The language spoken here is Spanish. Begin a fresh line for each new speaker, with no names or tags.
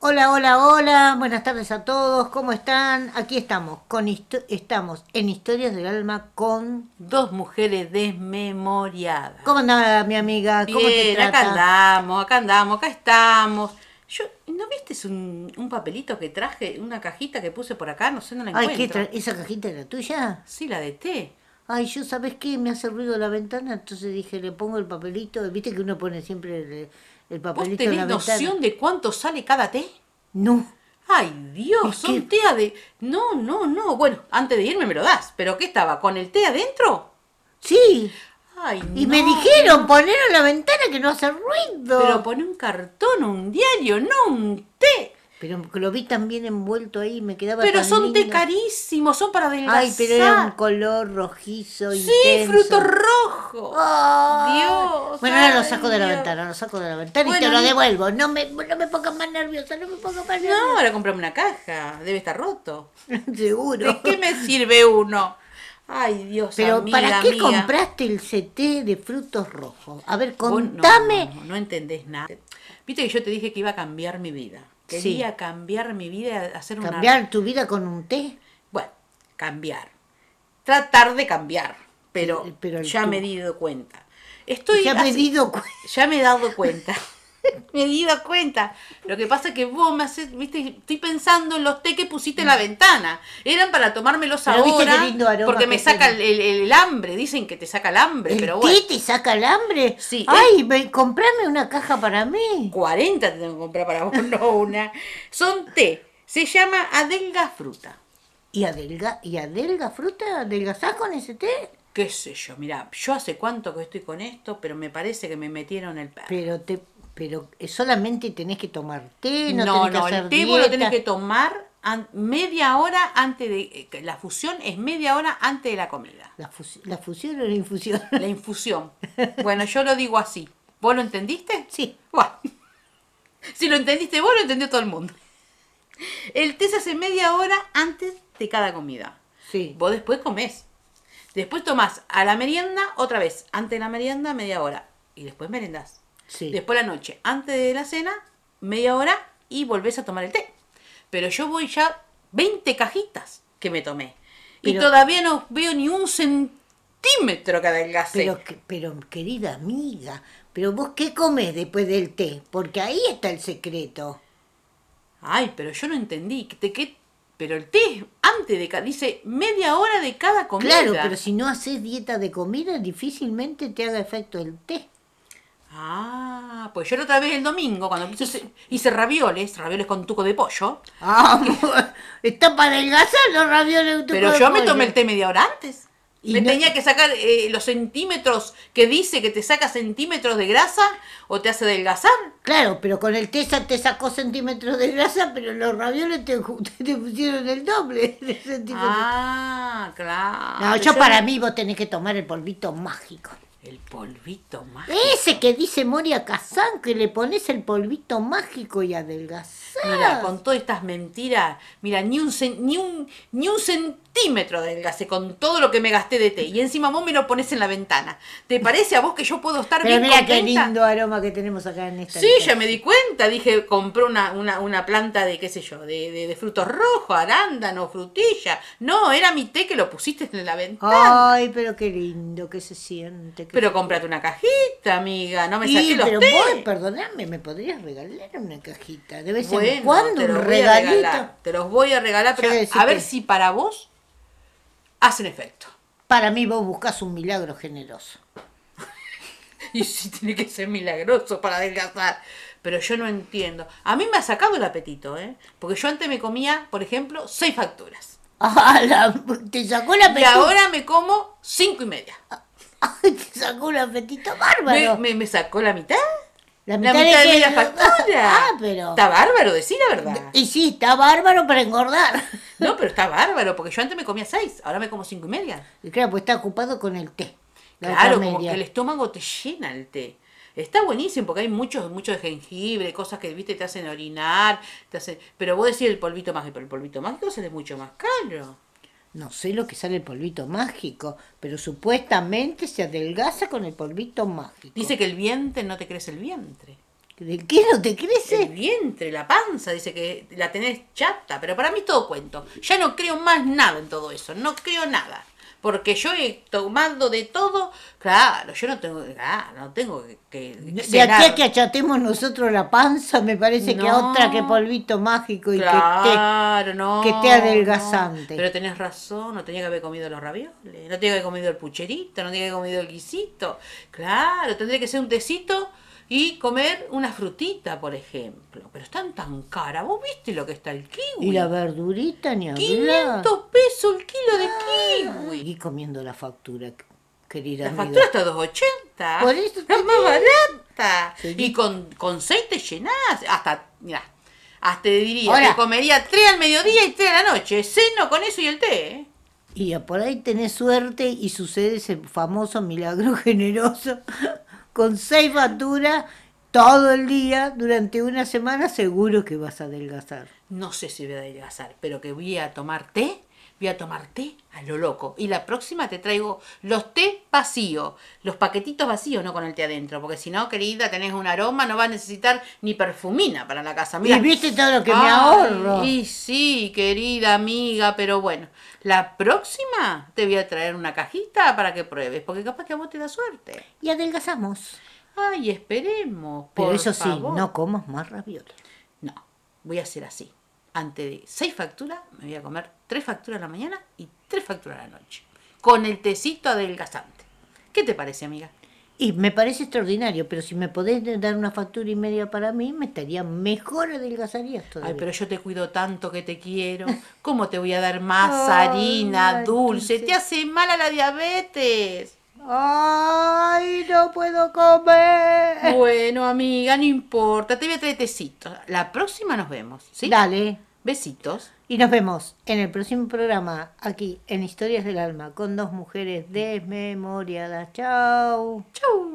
Hola, hola, hola, buenas tardes a todos, ¿cómo están? Aquí estamos, con histo- estamos en Historias del Alma con...
Dos mujeres desmemoriadas.
¿Cómo anda mi amiga? ¿Cómo
Bien,
te
acá
trata?
andamos, acá andamos, acá estamos. Yo, ¿no viste un, un papelito que traje, una cajita que puse por acá? No sé, no la
Ay,
encuentro.
¿qué tra- ¿esa cajita era tuya?
Sí, la de té.
Ay, yo, ¿sabes qué? Me hace ruido la ventana, entonces dije, le pongo el papelito. Viste que uno pone siempre el, el
¿Vos
papelito en la
tenés
ventana.
noción de cuánto sale cada té?
No,
Ay,
Es
Dios, son té de... No, no, no. Bueno, antes de irme me lo das. ¿Pero qué estaba? ¿Con el té adentro?
sí.
Ay,
Y me
no.
dijeron, poner en la ventana que no hace ruido.
Pero pone un cartón, un diario, no un té.
Pero lo vi tan bien envuelto ahí, me quedaba
Pero
tan
son té
lindo.
carísimos, son para adelgazar.
Ay, pero era un color rojizo
Sí,
intenso.
fruto rojo. Dios.
Bueno, ahora lo
ay,
saco de la
Dios.
ventana, lo saco de la ventana y
Bueno,
te lo
ni-
devuelvo. No me, no me pongas más nerviosa, no me pongas más
No, ahora comprame una caja. Debe estar roto.
nerviosa. Seguro.
¿De qué me sirve uno? Ay, Dios.
Pero
amiga,
¿para qué
amiga.
compraste el CT de frutos rojos? A ver,
Vos no,
contame.
No, no, no entendés nada. Viste que yo te dije que iba a cambiar mi vida. Quería cambiar mi vida, hacer una.
¿Cambiar tu vida con un té?
Bueno, cambiar. Tratar de cambiar. Pero,
Sí, pero el
ya
tú-
me he dado cuenta. Estoy
ya me he
hace-
dido cu-
Ya me he dado cuenta. me he dado cuenta. Lo que pasa es que vos me haces, viste, estoy pensando en los té que pusiste en la ventana. Eran para tomármelos
Mm. Pero viste
ahora.
qué lindo aroma
porque me
que
saca el,
tiene.
el- el hambre. Dicen que te saca el hambre,
¿El
pero bueno.
té te saca el hambre?
Sí,
Ay, me- comprame una caja para mí.
40 te tengo que comprar para vos, no una. Son té. Se llama adelga fruta.
¿Y adelga, y adelga fruta? ¿Adelgazás con ese té?
Qué sé yo, mira, yo hace cuánto que estoy con esto, pero me parece que me metieron el perro.
Pero te pero eh, solamente tenés que tomar té, no,
No,
tenés que
no,
hacer
el té vos lo
dieta.
tenés que tomar an- media hora antes de. eh, que La fusión es media hora antes de la comida.
La, fus- la fusión o la infusión.
La infusión. Bueno, yo lo digo así. ¿Vos lo entendiste?
sí.
Buah. Si lo entendiste vos, lo entendió todo el mundo. El té se hace media hora antes de cada comida.
Sí.
Vos después comés. Después tomás a la merienda otra vez. Antes de la merienda, media hora. Y después merendás.
Sí.
Después la noche, antes de la cena, media hora y volvés a tomar el té. Pero yo voy ya 20 cajitas que me tomé. y
Pero-
todavía no veo ni un centímetro que adelgacé.
Pero, que- pero querida amiga, pero vos qué comes después del té, porque ahí está el secreto.
Ay, pero yo no entendí. ¿De qué? Pero el té antes de cada... Dice media hora de cada comida.
Claro, pero si no haces dieta de comida, difícilmente te haga efecto el té.
Ah, pues yo la otra vez el domingo, cuando hice, hice ravioles, ravioles con tuco de pollo,
Ah, está para adelgazar los ravioles.
pero yo me
¿eh?
tomé el té media hora antes.
Y
me
no-
tenía que sacar eh, los centímetros que dice que te saca centímetros de grasa o te hace adelgazar.
Claro, pero con el té sa- te sacó centímetros de grasa, pero los ravioles te, ju- te pusieron el doble de centímetros.
Ah, claro.
no, yo para mí vos tenés que tomar el polvito mágico.
El polvito más.
Ese que dice Moria Kazán, que le pones el polvito mágico y adelgazás.
Mira, con todas estas mentiras, mira, ni un, cen- ni un, ni un centímetro adelgacé con todo lo que me gasté de té. Y encima vos me lo pones en la ventana. ¿Te parece a vos que yo puedo estar
Pero
bien
mira qué
contenta?
lindo aroma que tenemos acá en esta.
Sí, ya
habitación.
me di cuenta. Dije, compré una, una, una planta de, qué sé yo, de, de, de frutos rojos, arándano, frutilla. No, era mi té que lo pusiste en la ventana.
Ay, pero qué lindo que se siente. que-
Pero cómprate una cajita, amiga. No me
Y,
saqué los
pero
té.
vos, perdoname, me podrías regalar una cajita. De vez en
Bueno,
cuando
te
un
los voy a
regalito.
regalar, te los voy a regalar, pero
Ya decís
a ver
que-
si para vos hacen efecto.
Para mí vos buscas un milagro generoso.
Y si tiene que ser milagroso para adelgazar. Pero yo no entiendo. A mí me ha sacado el apetito, ¿eh? Porque yo antes me comía, por ejemplo, seis facturas.
Ah, la- te sacó la
Y ahora me como cinco y media.
te sacó un apetito
Me,
bárbaro.
me- me sacó la mitad.
la
La mitad,
que-
de media factura.
Ah, pero.
Está bárbaro, decí la verdad.
Y sí, está bárbaro para engordar.
No, pero está bárbaro, porque yo antes me comía seis, ahora me como cinco y media.
Y claro, pues está ocupado con el té. la otra
Claro, como que
media.
el estómago te llena el té. Está buenísimo porque hay muchos, muchos de jengibre, cosas que viste te hacen orinar, te hacen... pero vos decís el polvito mágico, pero el polvito mágico sale mucho más caro.
No sé lo que sale el polvito mágico, pero supuestamente se adelgaza con el polvito mágico.
Dice que Eh, el vientre no te crece el vientre.
¿De qué no te crece?
El vientre, la panza, dice que la tenés chata, pero para mí es todo cuento. Ya no creo más nada en todo eso, no creo nada. Porque yo he tomado de todo, claro, yo no tengo, ah, no tengo que, que
De
cenar.
aquí a que achatemos nosotros la panza, me parece que
No.
otra que polvito mágico y que esté.
Claro, no.
que esté adelgazante.
no. Pero tenés razón, no tenía que haber comido los ravioles, no tenía que haber comido el pucherito, no tenía que haber comido el guisito. Claro, tendría que ser un tecito y comer una frutita, por ejemplo. Pero están tan caras, vos viste lo que está el kiwi.
Y la verdurita ni hablar.
500 pesos el kilo de kiwi.
Y comiendo la factura, querida
La
amiga.
factura está a 2.80.
Por eso
es más barata.
Sí.
Y con, con seis te llenás. Hasta, mirá, hasta te diría
Ahora.
que comería tres al mediodía y tres a la noche. Ceno con eso y el té. ¿eh?
Y a por ahí tenés suerte y sucede ese famoso milagro generoso con seis facturas todo el día durante una semana seguro que vas a adelgazar.
No sé si voy a adelgazar, pero que voy a tomar té. Voy a tomar té a lo loco. Y la próxima te traigo los té vacíos. Los paquetitos vacíos, no con el té adentro. Porque si no, querida, tenés un aroma, no vas a necesitar ni perfumina para la casa. Mirá.
Y viste todo lo que me
Ay,
ahorro.
Y sí, querida amiga, pero bueno, la próxima te voy a traer una cajita para que pruebes, porque capaz que a vos te da suerte.
Y adelgazamos.
Ay, esperemos.
Pero
por
eso
favor.
sí, no comas más ravioles.
No, voy a hacer así. Antes de seis facturas, me voy a comer tres facturas a la mañana y tres facturas a la noche. Con el tecito adelgazante. ¿Qué te parece, amiga?
Y me parece extraordinario, pero si me podés dar una factura y media para mí, me estaría mejor adelgazarías todavía.
Ay, pero yo te cuido tanto que te quiero. ¿Cómo te voy a dar más
Ay,
harina,
ay,
dulce?
dulce.
Te hace mal a la diabetes.
¡Ay, no puedo
Eh.
comer!
Bueno, amiga, no importa. Te voy a traer tecitos. La próxima nos vemos, ¿sí?
Dale.
Besitos.
Y nos vemos en el próximo programa, aquí en Historias del Alma, con dos mujeres desmemoriadas. ¡Chao!
Chau.